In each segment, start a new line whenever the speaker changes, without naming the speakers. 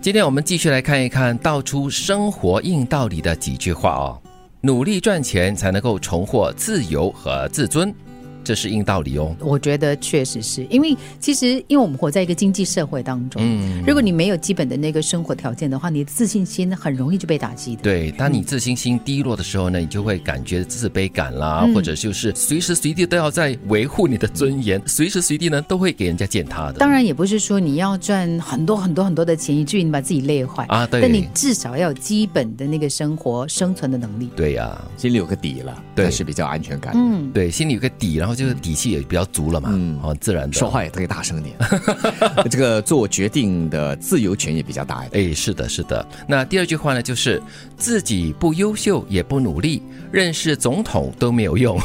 今天我们继续来看一看道出生活硬道理的几句话哦。努力赚钱才能够重获自由和自尊，这是硬道理哦。
我觉得确实是因为，其实因为我们活在一个经济社会当中，
嗯
如果你没有基本的那个生活条件的话，你的自信心很容易就被打击的。
对，当你自信心低落的时候呢，你就会感觉自卑感啦，
嗯
或者就是随时随地都要在维护你的尊严，随时随地呢都会给人家践踏的。
当然也不是说你要赚很多很多很多的钱，以至于你把自己累坏
啊对
但你至少要有基本的那个生活生存的能力。
对呀、
心里有个底了，
对
那是比较安全感。
嗯，
对，心里有个底，然后就是底气也比较足了嘛，
嗯
哦，自然的。
说话也特别大声点， 这个做决定的自由权也比较大一点。
哎，是的，是的。那第二句话呢，就是自己不优秀也不努力，认识总统都没有用。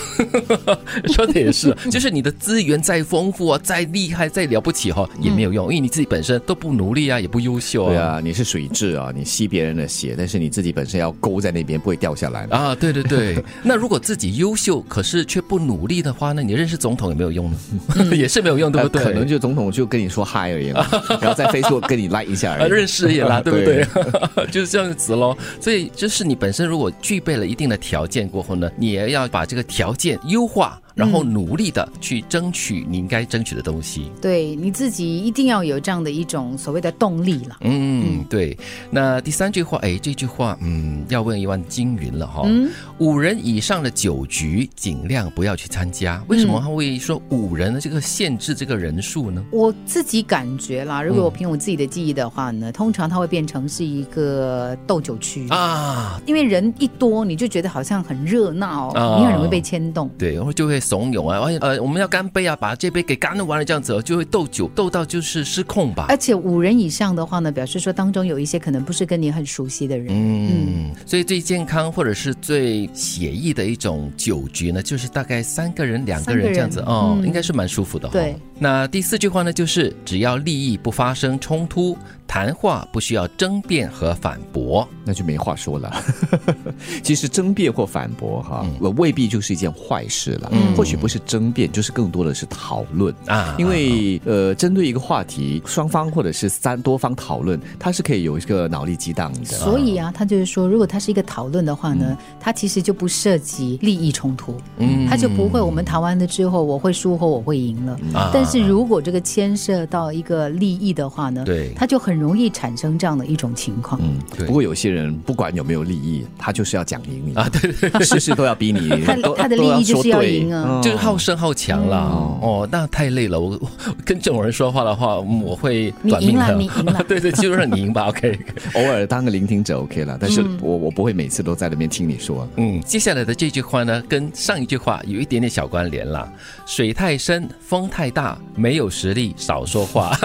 说的也是，啊就是你的资源再丰富啊，再厉害，再了不起哈、也没有用，因为你自己本身都不努力啊，也不优秀
对。啊，你是水蛭啊，你吸别人的血，但是你自己本身要勾在那边，不会掉下来。
啊，对对对，那如果自己优秀，可是却不努力的话，那你认识总统有没有用呢？ 也是没有用，对不对？
呃可能就总统就跟你说嗨而已 嘛，然后在 Facebook 跟你 like 一下而
呃，
已。
认识也啦， 对不
对
对？ 就是这样子喽。所以，就是你本身如果具备了一定的条件过后呢，你也要把这个条件优化，然后努力的去争取你应该争取的东西。
对，你自己一定要有这样的一种所谓的动力了。
嗯，对。那第三句话，哎，这句话，嗯，要问一问金云了哈、
嗯
五人以上的酒局尽量不要去参加。为什么他会说五人的这个限制这个人数呢？
我自己感觉啦，如果我
嗯
凭我自己的记忆的话呢，通常它会变成是一个斗酒区。
啊，
因为人一多，你就觉得好像很热闹，
啊
你很容易被牵动。
对，然后就会怂恿啊，哎呃，我们要干杯啊，把这杯给干完了，这样子哦就会斗酒，斗到就是失控吧
而。且五人以上的话呢，表示说当中有一些可能不是跟你很熟悉的人。
嗯，所以最健康或者是最写意的一种酒局呢，就是大概三个人、两个
三个
人
人
这样子哦，
嗯
应该是蛮舒服的、哦。
对。
那第四句话呢，就是只要利益不发生冲突，谈话不需要争辩和反驳。
那就没话说了。 其实争辩或反驳哈，我未必就是一件坏事了。
嗯
或许不是争辩，就是更多的是讨论。
啊，
因为呃，针对一个话题，双方或者是三多方讨论，它是可以有一个脑力激荡的。
所以啊，他就是说，如果它是一个讨论的话呢，它其实就不涉及利益冲突，
嗯
它就不会我们谈完了之后我会输或我会赢了。
啊
但是如果这个牵涉到一个利益的话呢，
对
它就很容易产生这样的一种情况。
嗯
对，
不过有些人不管有没有利益，他就是要讲赢你
啊，对对
事事都要逼 你，
他
都
他的利益
都
就是
说
要
对
赢啊
嗯
就是好胜好强啦。
嗯
哦，那太累了。我我跟这种人说话的话，嗯我会
你
短
赢
命
了，
的。
你赢了
。对对，就让你赢吧。OK。
偶尔当个聆听者 OK 了，但是
嗯
我我不会每次都在那边听你说。
嗯，接下来的这句话呢，跟上一句话有一点点小关联啦。水太深，风太大，没有实力少说话。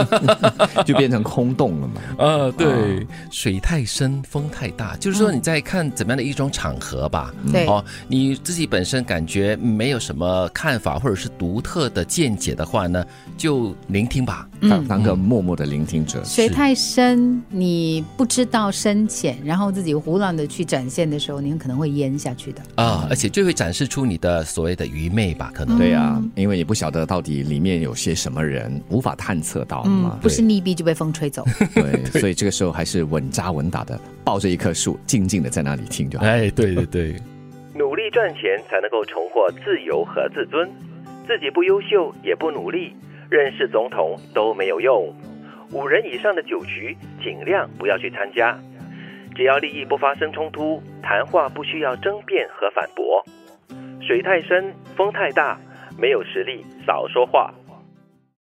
就变成空洞了嘛。
呃，对，水太深，风太大，就是说你在看怎么样的一种场合吧。
对
哦，你自己本身感觉没有什么看法或者是独特的见解的话呢，就聆听吧。
嗯
当当个
嗯
默默的聆听者，
水
是
太深，你不知道深浅，然后自己胡乱的去展现的时候，你很可能会淹下去的。
啊、而且最会展示出你的所谓的愚昧吧，可能。
对呀、因为你不晓得到底里面有些什么人，无法探测到嘛
嗯，。不是利弊就被风吹走。
对，所以这个时候还是稳扎稳打的，抱着一棵树，静静的在那里听就好。
哎，对对对。
努力赚钱才能够重获自由和自尊。自己不优秀也不努力，认识总统都没有用。五人以上的酒局尽量不要去参加，只要利益不发生冲突，谈话不需要争辩和反驳。水太深，风太大，没有实力少说话。